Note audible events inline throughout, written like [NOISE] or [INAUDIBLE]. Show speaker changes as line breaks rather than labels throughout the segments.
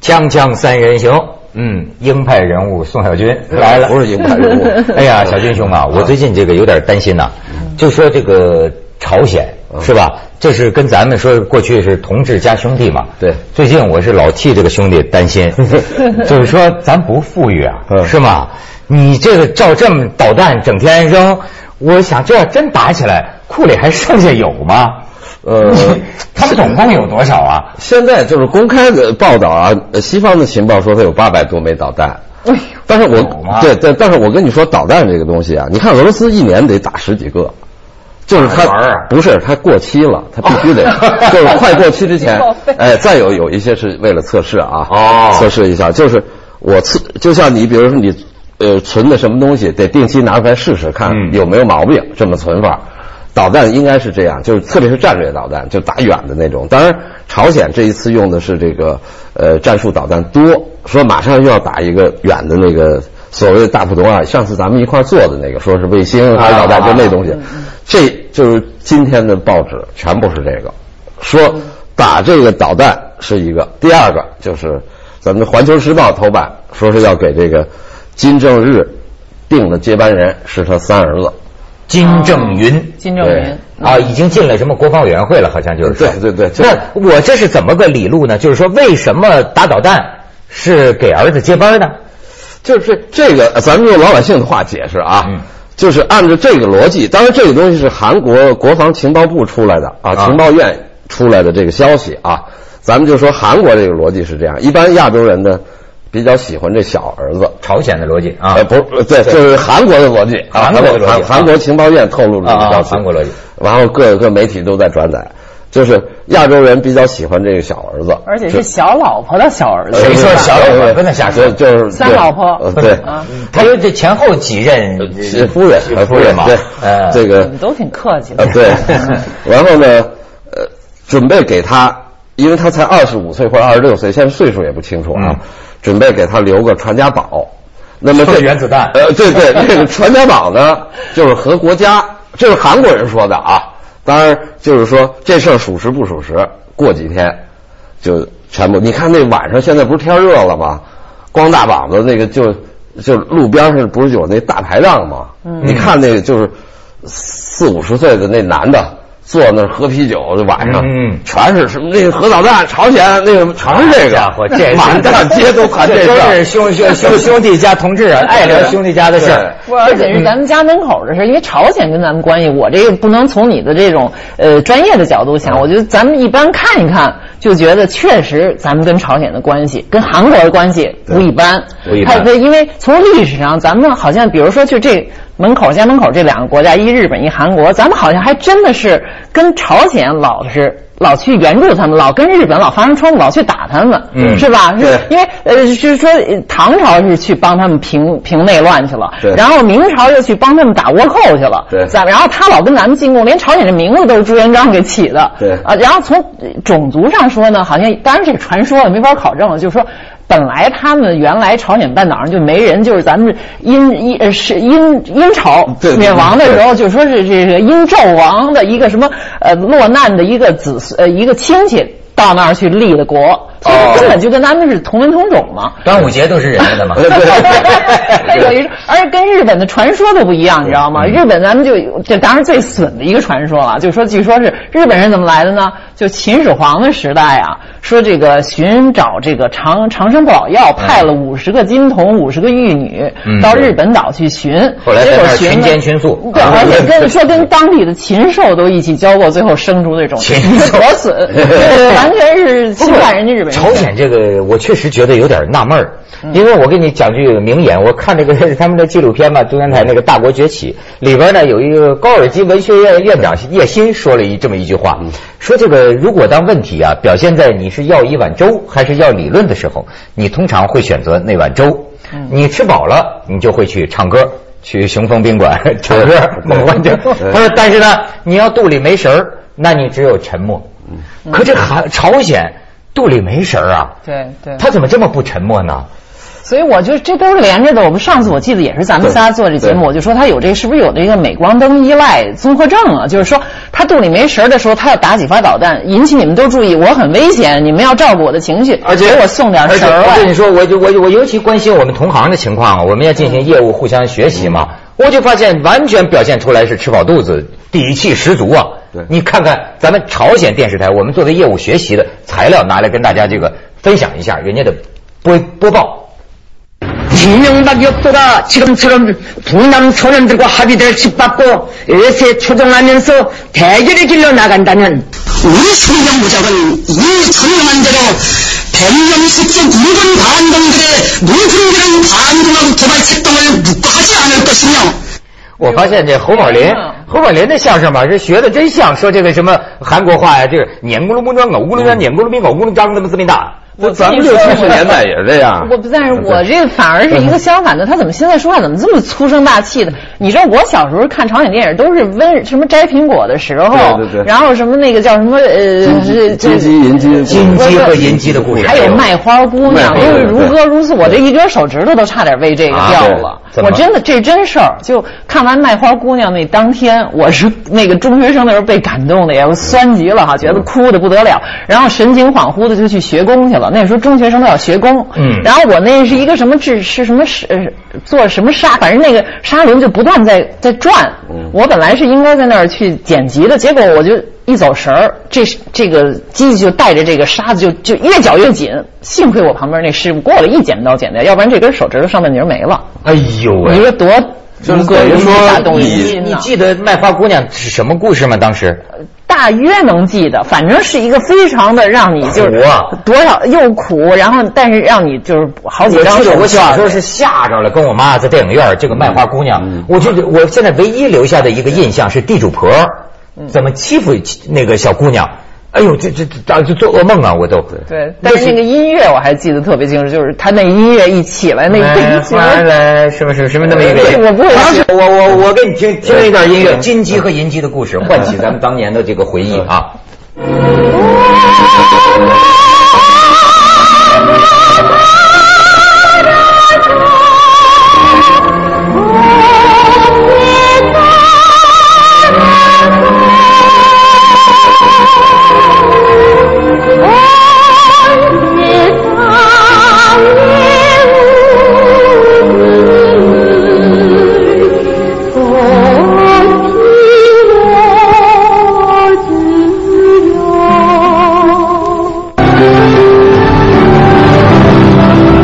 锵锵三人行，嗯，鹰派人物宋小军来了，
不是鹰派人物
[LAUGHS]
嗯
哎呀，小军兄啊，我最近这个有点担心呐、就说这个朝鲜
嗯
是吧？这是跟咱们说过去是同志加兄弟嘛。
对
最近我是老替这个兄弟担
[LAUGHS]
心，就是说咱不富裕啊，
嗯
是吗？你这个照这么导弹整天扔，我想这要真打起来，库里还剩下有
[LAUGHS]
吗？
呃
[LAUGHS] 他们总共有多少啊？
现在就是公开的报道啊，呃西方的情报说它有八百多枚导弹。
哎
但是
有吗
我对对，但是我跟你说，导弹这个东西啊，你看俄罗斯一年得打十几个，就是它
哪儿玩儿啊
不是它过期了，它必
[LAUGHS]
须得就是快过期之前
报废，
哎，再有有一些是为了测试啊，
哦
测试一下，就是我测，就像你比如说你呃存的什么东西，得定期拿出来试试看
嗯
有没有毛病，这么存法。导弹应该是这样，就是特别是战略导弹，就打远的那种。当然，朝鲜这一次用的是这个呃战术导弹多，说马上又要打一个远的那个所谓的大浦东啊，上次咱们一块儿做的那个，说是卫星
啊
还是导弹，
啊
就那东西。这就是今天的报纸全部是这个，说打这个导弹是一个，第二个就是咱们《环球时报》头版说是要给这个金正日定的接班人是他三儿子，
金正云。
金正
对
云。
啊，已经进了什么国防委员会了，好像就是说。
对对对就是
那我这是怎么个理路呢？就是说，为什么打导弹是给儿子接班呢？
就是这个，呃咱们用老百姓的话解释啊。
嗯
就是按照这个逻辑，当然这个东西是韩国国防情报部出来的啊，
啊
情报院出来的这个消息啊，咱们就说韩国这个逻辑是这样，一般亚洲人呢比较喜欢这小儿子，
朝鲜的逻辑啊
呃，，不是，呃对，就是韩国的逻辑，啊
韩国的逻辑
韩
啊
韩国情报院透露出
啊
的
啊
消息，
韩国逻辑，
然后各个媒体都在转载，就是亚洲人比较喜欢这个小儿子，
而且是小老婆的小儿子，
谁说小老婆
呃
不能瞎说
就就是
三
对
老婆
呃
[LAUGHS]
对，
啊
他有这前后几任
是夫人，
是
呃
夫人嘛
对，，
嗯
这
你
个
们都挺客气的
[LAUGHS]
呃，。对
嗯，
然后呢，呃，准备给他，因为他才二十五岁或者二十六岁，现在岁数也不清楚
嗯
啊，准备给他留个传家宝。那么
送
这
原子弹
呃，对对，这个传家宝呢， [LAUGHS] 就是和国家，这是韩国人说的啊。当然，就是说这事儿属实不属实，过几天就全部。你看那晚上，现在不是天热了吗？光大膀子那个就就路边上不是有那大排档吗？
嗯
你看那个就是四五十岁的那男的坐那儿喝啤酒，就晚上，
嗯
全是什么那个核导弹、朝鲜那个，全是这个，
家伙，这是
满大街都谈
这
事
都是
儿。
兄兄兄兄弟家同志
[LAUGHS]
啊，爱聊兄弟家的事儿。
不，而且是咱们家门口的事，因为朝鲜跟咱们关系，我这个不能从你的这种呃专业的角度想，我觉得咱们一般看一看，就觉得确实咱们跟朝鲜的关系跟韩国的关系不一般，
不一般
它它因为从历史上，咱们好像比如说就这门口家门口这两个国家，一日本一韩国，咱们好像还真的是跟朝鲜老是。老去援助他们，老跟日本老发生冲突，老去打他们，
嗯
是吧？是
对
因为呃，就是说呃唐朝是去帮他们平平内乱去了，
对
然后明朝又去帮他们打倭寇去了，
对
咱然后他老跟咱们进贡，连朝鲜这名字都是朱元璋给起的，
对
啊，然后从呃种族上说呢，好像当然这个传说了，没法考证了，就是说。本来他们原来朝鲜半岛上就没人，就是咱们殷殷呃是殷殷朝
对对
灭亡的
对
时候，就说是这个殷纣王的一个什么呃落难的一个子孙呃一个亲戚到那儿去立的国，所以
哦
根本就跟咱们是同文同种嘛。
端午节都是人家的嘛。
[LAUGHS] 对对
[LAUGHS]
[LAUGHS] 那等于是，而跟日本的传说都不一样，你知道
嗯
吗？日本咱们就有这当然最损的一个传说了，就是说，据说是日本人怎么来的呢？就秦始皇的时代啊，说这个寻找这个长长生不老药，派了五十个金童、五十个玉女
嗯
到日本岛去寻，
后来在
结
那
果
儿
寻
群
呢
奸群宿， [LAUGHS]
对，
啊
而且跟说跟当地的禽兽都一起交过，最后生出那
[LAUGHS]
种
禽
你
兽
说多
[LAUGHS]
损，对完全是侵犯人家嗯日本人
朝。鲜这个，我确实觉得有点纳闷儿，因为我跟你讲句名言，我看这个他们的纪录片嘛，中央台那个《大国崛起》里边呢有一个高尔基文学院院长叶欣说了一这么一句话，
嗯
说这个如果当问题啊表现在你是要一碗粥还是要理论的时候，你通常会选择那碗粥。
嗯
你吃饱了，你就会去唱歌。去雄风宾馆唱
[LAUGHS]
歌
哎
[LAUGHS] 梦幻境，他说：“但是呢，你要肚里没食儿，那你只有沉默。
嗯
可这韩朝鲜肚里没食儿啊，
对对嗯
他怎么这么不沉默呢？
所以我就这都是连着的。我们上次我记得也是咱们仨做这节目，
对
我就说他有这是不是有这个镁光灯依赖综合症啊？就是说他肚里没食儿的时候，他要打几发导弹，引起你们都注意，我很危险，你们要照顾我的情绪，
而且
给我送点
而
啊食
且
儿
我跟你
来。
说，我就我就我尤其关心我们同行的情况啊，我们要进行业务互相学习嘛，
嗯
我就发现完全表现出来是吃饱肚子，底气十足啊。
对
你看看咱们朝鲜电视台，我们作为业务学习的材料拿来跟大家这个分享一下人家的播播报。
이명박 역도가 지금처럼 동남 소련들과 합의를 짓밟고 외세 초동하면서 대결의 길로 나간다면
우리 생명 무적은 이 천명한 대로 백령식적 인근 반동들의 문풍들은 반동하고 개발 책동을 묵과하지 않을 것이며
我发现这侯宝林
嗯，
侯宝林的相声吧，是学的真像，说这个什么韩国话呀，这个撵咕噜咕噜扭咕噜圆，撵咕噜冰，扭咕噜张，那么自命大。
那咱们六七十年代也是这样。
我不，但是我这反而是一
嗯
个相反的，他怎么现在说话怎么这么粗声大气的？你知道我小时候看朝鲜电影都是温什么摘苹果的时候，
对对对
然后什么那个叫什么呃，是
金鸡银鸡
金鸡和银鸡的故事，
还有卖花姑娘，
卖花姑
都
娘
是如歌如诉。我这一根手指头都差点为这个掉了
啊。对怎
我
么
真的这真事儿，就看完卖花姑娘那当天，我是那个中学生的时候被感动的也酸极了哈，觉得哭的不得了，然后神情恍惚的就去学工去了。那时候中学生都要学工，
嗯
然后我那是一个什么制是什么是呃做什么沙，反正那个沙轮就不断在在转。我本来是应该在那儿去剪辑的，结果我就一走神儿，这这个机器就带着这个沙子就就越绞越紧。幸亏我旁边那师傅过了一剪刀剪掉，要不然这根手指头上半截儿没了。
哎呦喂
你！说多
就是
无歌
等于
无
说
打动人
你
心
你
呐
记得卖花姑娘是什么故事吗？当时
大约能记得，反正是一个非常的让你就是
苦啊
多少又苦，然后但是让你就是好几
我
张
记
手
得我
绢
小
儿
时候是嗯吓着了，跟我妈在电影院这个卖花姑娘，我就我现在唯一留下的一个印象是地主婆怎么欺负那个小姑娘。哎呦，这这这就做噩梦啊！我都
对，但是那个音乐我还记得特别清楚，就是他那音乐一起来，那
哎
个
花来是不是是不是那么一个嗯音？
我不会
当时我我我给你听听一段音乐，金鸡和银鸡的故事，唤起咱们当年的这个回忆啊。嗯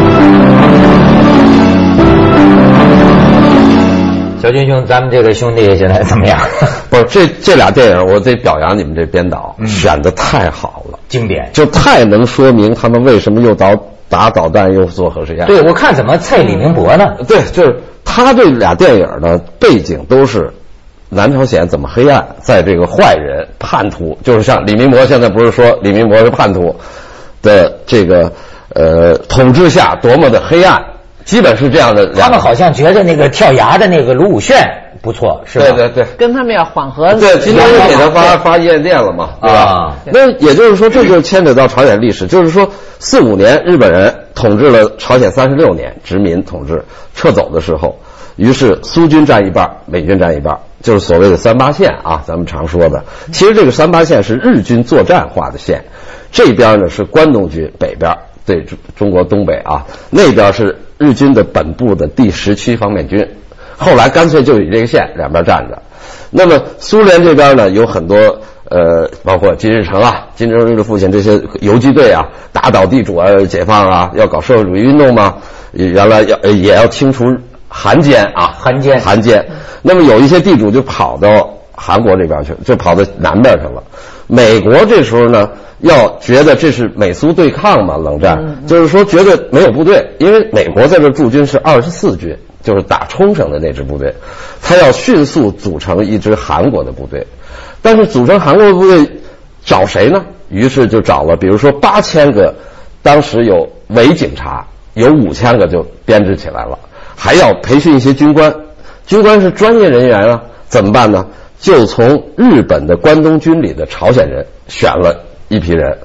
小军兄，咱们这个兄弟现在怎么样？
不是这这俩电影，我得表扬你们这编导、
嗯
选的太好了，
[LAUGHS] 经典。
就太能说明他们为什么又导打导弹又做核试验。
对，我看怎么蔡李明博呢？
对，就是他这俩电影的背景都是南朝鲜怎么黑暗，在这个坏人叛徒，就是像李明博现在不是说李明博是叛徒的这个呃统治下多么的黑暗，基本是这样的两个。
他们好像觉得那个跳崖的那个卢武铉不错，是吧？
对对对。
跟他们要缓和。
对，今天又给他发发夜店了嘛，对吧？
啊
那也就是说，这就牵扯到朝鲜历史，就是说四五年日本人统治了朝鲜三十六年，殖民统治撤走的时候，于是苏军占一半，美军占一半，就是所谓的三八线啊，咱们常说的。其实这个三八线是日军作战画的线，这边呢是关东军北边。对中中国东北啊，那边是日军的本部的第十区方面军，后来干脆就以这个线两边站着。那么苏联这边呢，有很多呃，包括金日成啊、金正日的父亲这些游击队啊，打倒地主啊、解放啊，要搞社会主义运动嘛，原来要呃也要清除汉奸啊，
汉奸
汉奸。那么有一些地主就跑到韩国这边去，就跑到南边去了。美国这时候呢，要觉得这是美苏对抗嘛，冷战，就是说觉得没有部队，因为美国在这驻军是二十四军，就是打冲绳的那支部队，他要迅速组成一支韩国的部队，但是组成韩国的部队找谁呢？于是就找了，比如说八千个，当时有伪警察，有五千个就编制起来了，还要培训一些军官，军官是专业人员啊，怎么办呢？就从日本的关东军里的朝鲜人选了一批人，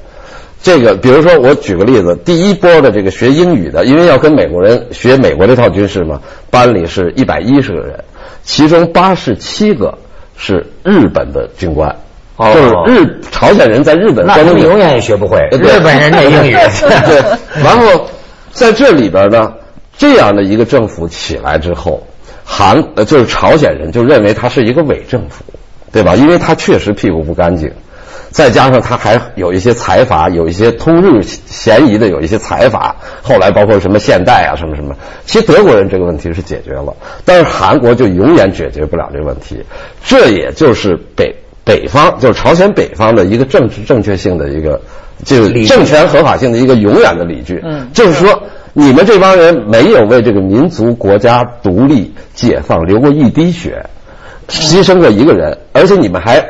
这个，比如说我举个例子，第一波的这个学英语的，因为要跟美国人学美国这套军事嘛，班里是一百一十个人，其中八十七个是日本的军官，
哦
就是日朝鲜人在日本
那他们
关东地区
永远也学不会
对
日本人的 [LAUGHS] 英语
[LAUGHS] 对，然后在这里边呢，这样的一个政府起来之后，韩呃就是朝鲜人就认为他是一个伪政府，对吧？因为他确实屁股不干净，再加上他还有一些财阀，有一些通日嫌疑的有一些财阀，后来包括什么现代啊什么什么，其实德国人这个问题是解决了，但是韩国就永远解决不了这个问题，这也就是北。北方就是朝鲜北方的一个政治正确性的一个，就是
理
政权合法性的一个永远的理据。
嗯
就是说你们这帮人没有为这个民族、国家独立、解放流过一滴血，牺牲过一个人，而且你们还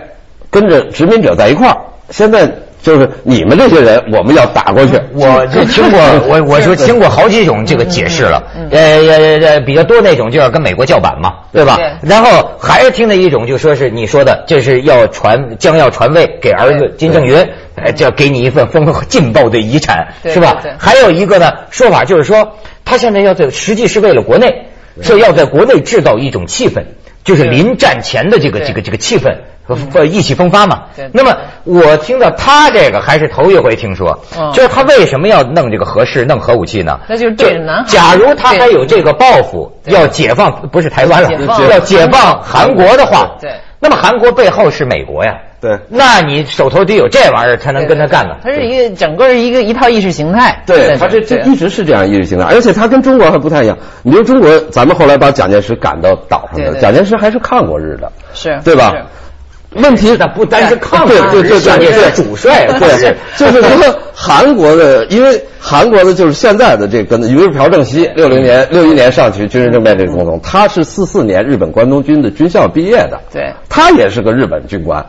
跟着殖民者在一块儿。现在就是你们这些人，我们要打过去。
我就听过，我我就听过好几种这个解释了，
嗯
呃呃呃，比较多那种就要跟美国叫板嘛，对吧？
对
然后还是听的一种就说是你说的，这是要传将要传位给儿子金正云，呃，这要给你一份丰厚劲爆的遗产，
对
是吧
对对？
还有一个呢说法就是说，他现在要在实际是为了国内，说要在国内制造一种气氛，就是临战前的这个
对嗯
这个这个气氛。呃和和意气风发嘛
对对，
那么我听到他这个还是头一回听说，
嗯
就是他为什么要弄这个核试、弄核武器呢？
那就是对着南韩
假如他还有这个抱负，要解放不是台湾了
解放，
要解放韩国的话，
对对
那么韩国背后是美国呀，
对
那你手头得有这玩意儿才能跟他干呢。
它是一个整个一个一套意识形态在
对
儿。
他这这
对
一直是这样意识形态，而且他跟中国还不太一样。你说中国，咱们后来把蒋介石赶到岛上
对
的，
对
蒋介石还是抗过日的，
是
对吧？
是
问题
那不单是抗日
对对对对，
蒋介石
对
主 [LAUGHS] 帅不是
对，就是说韩国的，因为韩国的就是现在的这个，比如朴正熙，
嗯
六零年六一年上去军事政变这个总统，他是四四年日本关东军的军校毕业的，
对
他也是个日本军官，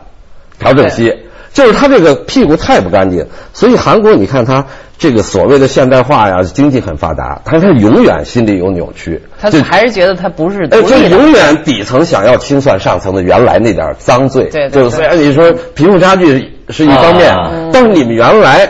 朴正熙。就是他这个屁股太不干净，所以韩国你看他这个所谓的现代化呀，经济很发达，但是他永远心里有扭曲，
他
就
还是觉得他不是独
哎，就
立的。
永远底层想要清算上层的原来那点儿脏罪，
对对
就是
对
虽然你说贫富差距是一方面，
啊
但是你们原来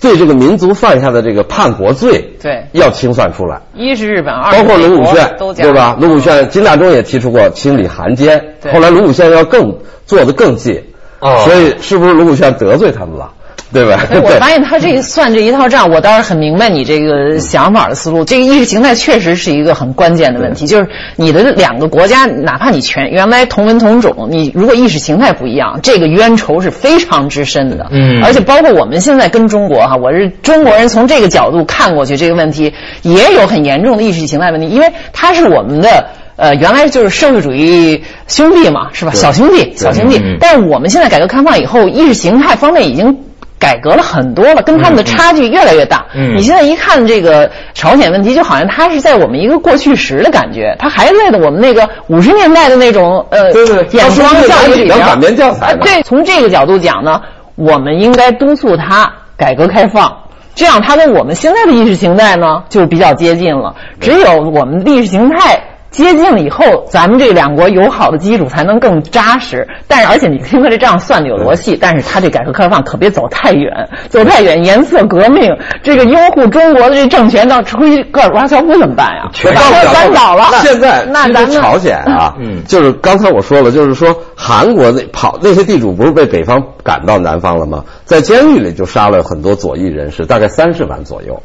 对这个民族犯下的这个叛国罪，
对
要清算出来。
一是日本，二是
包括卢武
美国
铉，
都加
对吧？卢武铉、金大中也提出过清理汉奸，
对
后来卢武铉要更做的更近，
哦
所以是不是卢武铉得罪他们了？ [LAUGHS] 对吧？
哎我
对
发现他这个算这一套账，我倒是很明白你这个想法的思路。这个意识形态确实是一个很关键的问题，就是你的两个国家，哪怕你全原来同文同种，你如果意识形态不一样，这个冤仇是非常之深的。
嗯
而且包括我们现在跟中国哈，我是中国人，从这个角度看过去，这个问题也有很严重的意识形态问题，因为它是我们的。呃，原来就是社会主义兄弟嘛，是吧？小兄弟，小兄弟。
嗯
但是我们现在改革开放以后，意识形态方面已经改革了很多了，跟他
嗯
们的差距越来越大。
嗯
你现在一看这个朝鲜问题，就好像它是在我们一个过去时的感觉，它还在我们那个五十年代的那种呃
对对
眼光
它是
教育里边
两反面教材
哎
嘛
对，从这个角度讲呢，我们应该督促它改革开放。这样，它跟我们现在的意识形态呢，就比较接近了。只有我们的意识形态接近了以后，咱们这两国友好的基础才能更扎实。但是，而且你听他这账算的有逻辑，但是他这改革开放可别走太远，走太远，颜色革命，这个拥护中国的这政权到吹戈尔巴乔夫怎么办呀？
我
把
告诉
他
你
扳倒了。
现在
那
其实
咱们
朝鲜啊，
嗯
就是刚才我说了，就是说韩国那跑那些地主不是被北方赶到南方了吗？在监狱里就杀了很多左翼人士，大概三十万左右。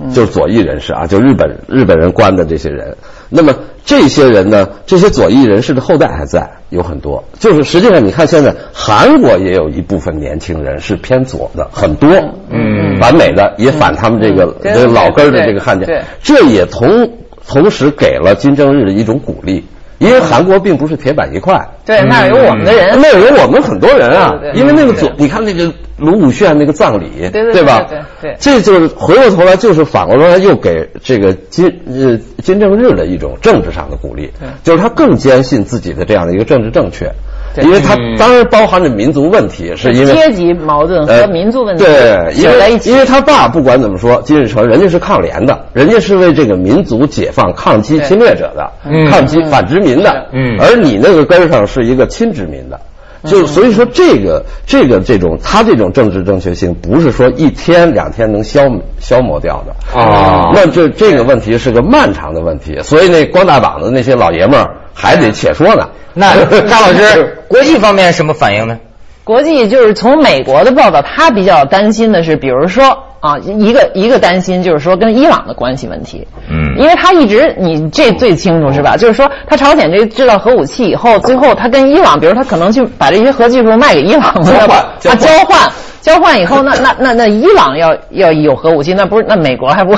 嗯
就是左翼人士啊，就日本日本人关的这些人。那么这些人呢，这些左翼人士的后代还在，有很多。就是实际上，你看现在韩国也有一部分年轻人是偏左的，很多，嗯，反美的也反他们这个、
嗯
这个老根儿的
对
这个汉奸
对。
这也同同时给了金正日的一种鼓励，因为韩国并不是铁板一块。
对，那
嗯
有我们的嗯人，
那有我们很多人啊
对对，对
因为那个左，你看那个卢武铉那个葬礼，
对对对
吧
对？对对
这就是回过头来，就是反过头来又给这个金呃金正日的一种政治上的鼓励，就是他更坚信自己的这样的一个政治正确，因为他
嗯
当然包含着民族问题，是因为
阶级矛盾和民族问题
呃、对，因
扯在一
为
起
因为他爸不管怎么说，金日成人家是抗联的，人家是为这个民族解放、抗击侵略者的，抗击反殖民的，
嗯
而你那个根儿上是一个亲殖民的。
嗯
就所以说这个这个这种他这种政治正确性，不是说一天两天能消消磨掉的
啊
那这这个问题是个漫长的问题，所以那光大膀子那些老爷们儿还
嗯
得且说呢。
那张老师，国际方面什么反应呢？
国际就是从美国的报道，他比较担心的是，比如说啊，一个一个担心就是说跟伊朗的关系问题，
嗯
因为他一直你这最清楚是吧？就是说他朝鲜这制造核武器以后，最后他跟伊朗，比如他可能去把这些核技术卖给伊朗，
交换
啊交换交换以后，那那那那伊朗要要有核武器，那不是那美国还不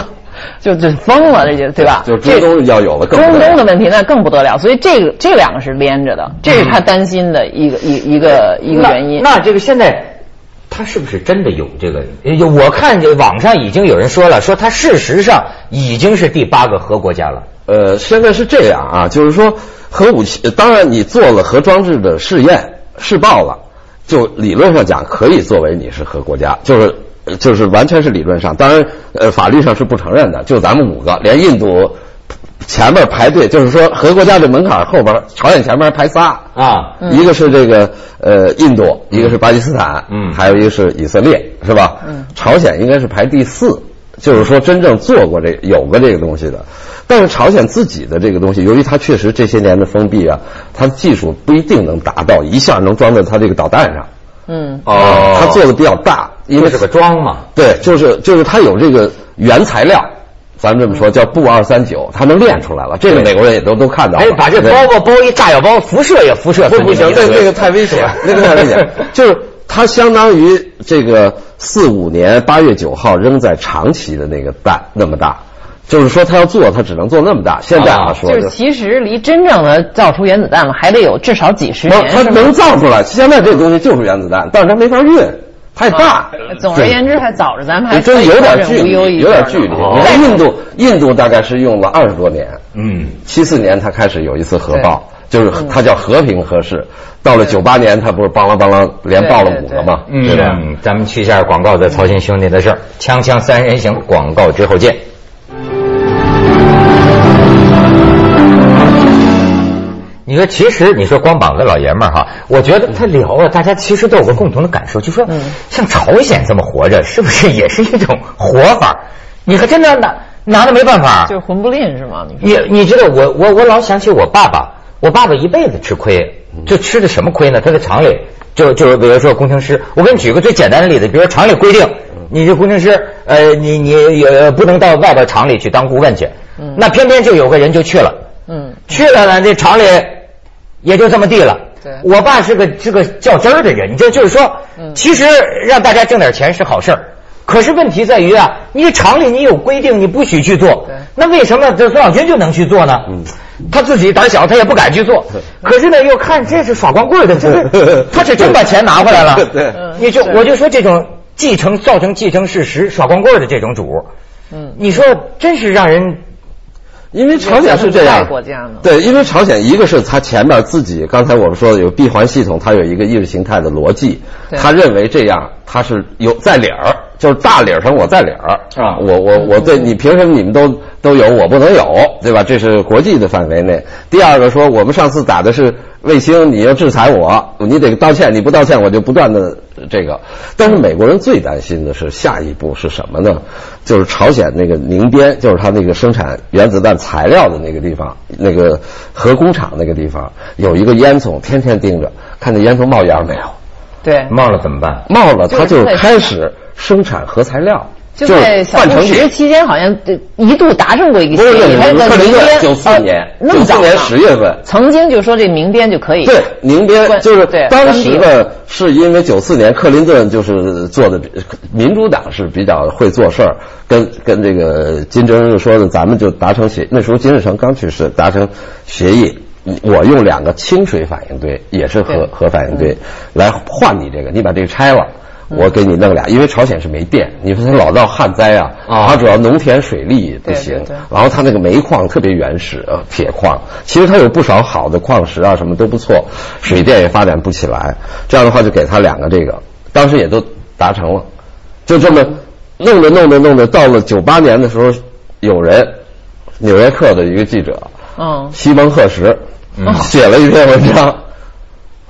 [LAUGHS] 就就疯了这就对
[LAUGHS]
吧？
就中东要有了更
中
不得了
东的问题那更不得了，所以这个这两个是连着的，
嗯
这是他担心的一个一一个一个原因。
那那这个现在他是不是真的有这个？呃有我看这网上已经有人说了，说他事实上已经是第八个核国家了。
呃，现在是这样啊，就是说核武器，当然你做了核装置的试验试爆了，就理论上讲可以作为你是核国家，就是呃就是完全是理论上，当然呃法律上是不承认的，就咱们五个，连印度前面排队，就是说核国家的门槛后边，朝鲜前面排仨
啊
一个是这个呃印度，一个是巴基斯坦，
嗯
还有一个是以色列，是吧？嗯，朝鲜应该是排第四，就是说真正做过这有过这个东西的。但是朝鲜自己的这个东西，由于它确实这些年的封闭啊，它技术不一定能达到一下能装在它这个导弹上。
嗯，
哦
它做的比较大，因
就
为
是个装嘛。
对，就是就是它有这个原材料，咱们这
嗯
么说叫布二三九，它能练出来了。这个美国人也都都看到了。
哎，把这
对
包包包一炸药包，辐射也辐
[LAUGHS]
射，
不不行，那那个太危
[LAUGHS]
险，那个太危险。就是它相当于这个四五年八月九号扔在长崎的那个蛋那么大，就是说它要做，它只能做那么大。现在啊
啊
说
哦就是其实离真正的造出原子弹了，还得有至少几十
不
年。
它
是吗
能造出来，现在这个东西就是原子弹，但是它没法运，太大。
哦总而言之，还早着，咱们还
真有点距
无
离，
忧一
有点
阵儿哦
距离。
呢
你看印度，印度大概是用了二十多年，
嗯，
七四年他开始有一次核爆，
嗯
就是他叫和平核试。到了九八年，他不是梆啷梆啷连爆了五个嘛，
嗯
对吧？
咱们去一下广告的曹鑫兄弟的事儿，锵锵三人行，广告之后见。你说，其实你说光膀子老爷们儿哈，我觉得他聊啊，大家其实都有个共同的感受，就说像朝鲜这么活着，是不是也是一种活法儿？你可真的拿拿他没办法儿，
就是魂不吝是吗？你说
你你知道我我我老想起我爸爸，我爸爸一辈子吃亏，就吃的什么亏呢？他在厂里就就是比如说工程师，我给你举个最简单的例子，比如说厂里规定，你这工程师，呃，你你呃不能到外边厂里去当顾问去，那偏偏就有个人就去了，
嗯，
去了呢，这厂里也就这么地了。
对
我爸是个是个较真儿的人，就就是说，
嗯
其实让大家挣点钱是好事儿。可是问题在于啊，你厂里你有规定，你不许去做
对，
那为什么这孙小军就能去做呢？他自己胆小，他也不敢去做。可是呢，又看这是耍光棍儿的，这 [LAUGHS] 是他是真把钱拿回来了。
对
嗯
你就是我就说这种继承造成继承事实耍光棍儿的这种主，
嗯，
你说真是让人
因为朝鲜是这
也
样
是国家呢，
对，因为朝鲜一个是它前面自己，刚才我们说的有闭环系统，它有一个意识形态的逻辑，
对
他认为这样他是有在理儿，就是大理儿上我在理儿
啊
我我
嗯
我对你凭什么你们都都有，我不能有，对吧？这是国际的范围内。第二个说我们上次打的是卫星，你要制裁我，你得道歉，你不道歉我就不断的这个。但是美国人最担心的是下一步是什么呢？就是朝鲜那个宁边，就是他那个生产原子弹材料的那个地方，那个核工厂那个地方有一个烟囱，天天盯着，看那烟囱冒烟没有。
对，
嗯
冒了怎么办？
冒了，它
就
就是是开始生产核材料，
就是在小
半
布
成
什
品。
期间，好像呃一度达成过一个
不是
协议，还
那
有
个
在
克林
民
顿
边，
九四年
呃，那么
四
早
年
呢
十月份，
曾经就说这民边就可以，
对，宁边
关
就是
对
当时
关
呢，是因为九四年克林顿就是做的比，民主党是比较会做事儿，跟跟这个金正恩说的，咱们就达成协，那时候金日成刚去世，达成协议。我用两个清水反应堆，也是核
对嗯
核反应堆，来换你这个，你把这个拆了，我给你弄俩，因为朝鲜是没电，你说他老闹旱灾啊，
啊
它主要农田水利不
嗯哦对
行
对对，
然后它那个煤矿特别原始，呃，铁矿，其实它有不少好的矿石啊，什么都不错，水电也发展不起来。这样的话，就给他两个这个，当时也都达成了，就这么弄着弄着弄着，到了九八年的时候，有人《纽约客》的一个记者
嗯，
西蒙赫什
嗯
写了一篇文章，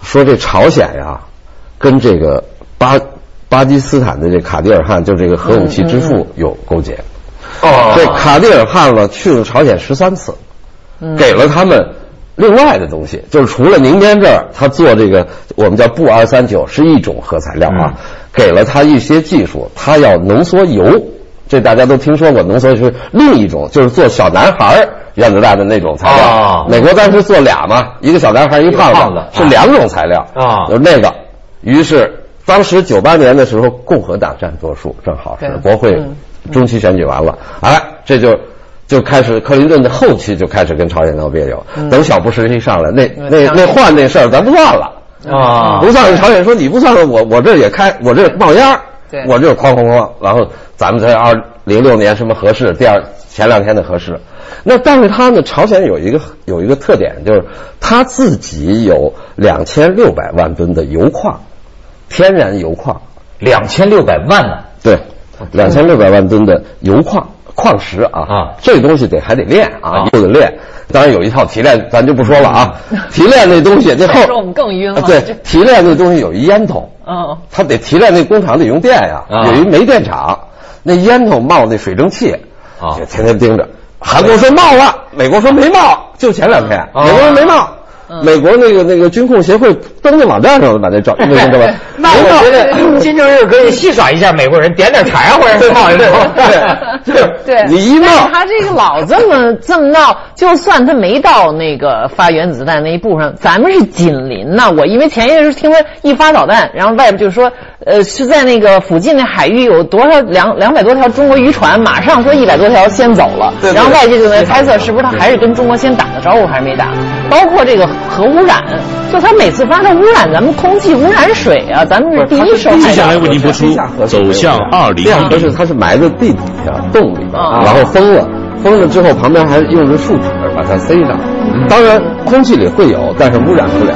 说这朝鲜呀、跟这个巴巴基斯坦的这卡迪尔汗，就这个核武器之父有勾结。
哦
这卡迪尔汗了去了朝鲜十三次，给了他们另外的东西，就是除了宁边这儿，他做这个我们叫布二三九是一种核材料啊，给了他一些技术，他要浓缩铀。这大家都听说过，浓缩是另一种，就是做小男孩儿原子弹的那种材料。
哦
美国当时做俩嘛，一个小男啊孩儿，一个胖子，啊
胖子
是两种材料
啊
就是那个。于是当时九八年的时候，共和党占多数，正好是
对
国会
嗯
中期选举完了，哎，这就就开始克林顿的后期就开始跟朝鲜闹别扭。
嗯
等小布什一上来，那那那换那事儿咱不算了，
啊
不算是朝鲜说你不算了，我我这也开，我这冒烟儿
对
我这哐哐哐，然后咱们在二零六年什么合适，第二前两天的合适。那但是他呢，朝鲜有一个有一个特点，就是他自己有两千六百万吨的油矿，天然油矿。
两千六百万呢、
对，
哦
两千六百万吨的油矿矿石啊，
啊
这东西得还得炼啊
啊，
又得炼。当然有一套提炼，咱就不说
[LAUGHS]
了啊。提炼那东西，那
再
后
说我们更晕了
啊对
这，
提炼那东西有一烟筒，
嗯，
它得提炼那工厂得用电呀，
啊
有一煤电厂，那烟筒冒那水蒸气，
啊
就天天盯着。韩国说冒了，美国说没冒，就前两天，
啊。
美国说没冒。
嗯
美国那个那个军控协会登那网站上了，把
[LAUGHS]
那照那个照片
那我觉得金正日可以戏耍一下美国人，点点柴火让他冒一 [LAUGHS] 冒。
[LAUGHS]
对对
对，
你一闹
但是他这个老这么这么闹，就算他没到那个发原子弹那一步上，咱们是紧邻呐。我因为前一阵儿听说一发导弹，然后外边就说，呃，是在那个附近的海域有多少两两百多条中国渔船，马上说一百多条先走了，
对对
然后外界就在猜测是不是他还是跟中国先打个招呼，还是没打。包括这个核污染，就他每次发它污染咱们空气、污染水啊，咱们是第一手
不
害
是它
到。
接下来为您播出《走向二零
地下
一
核是它是埋在地底下洞里边，
啊
然后封了，封
嗯
了之后旁边还用着树脂把它塞上。当然空气里会有，但是污染不了。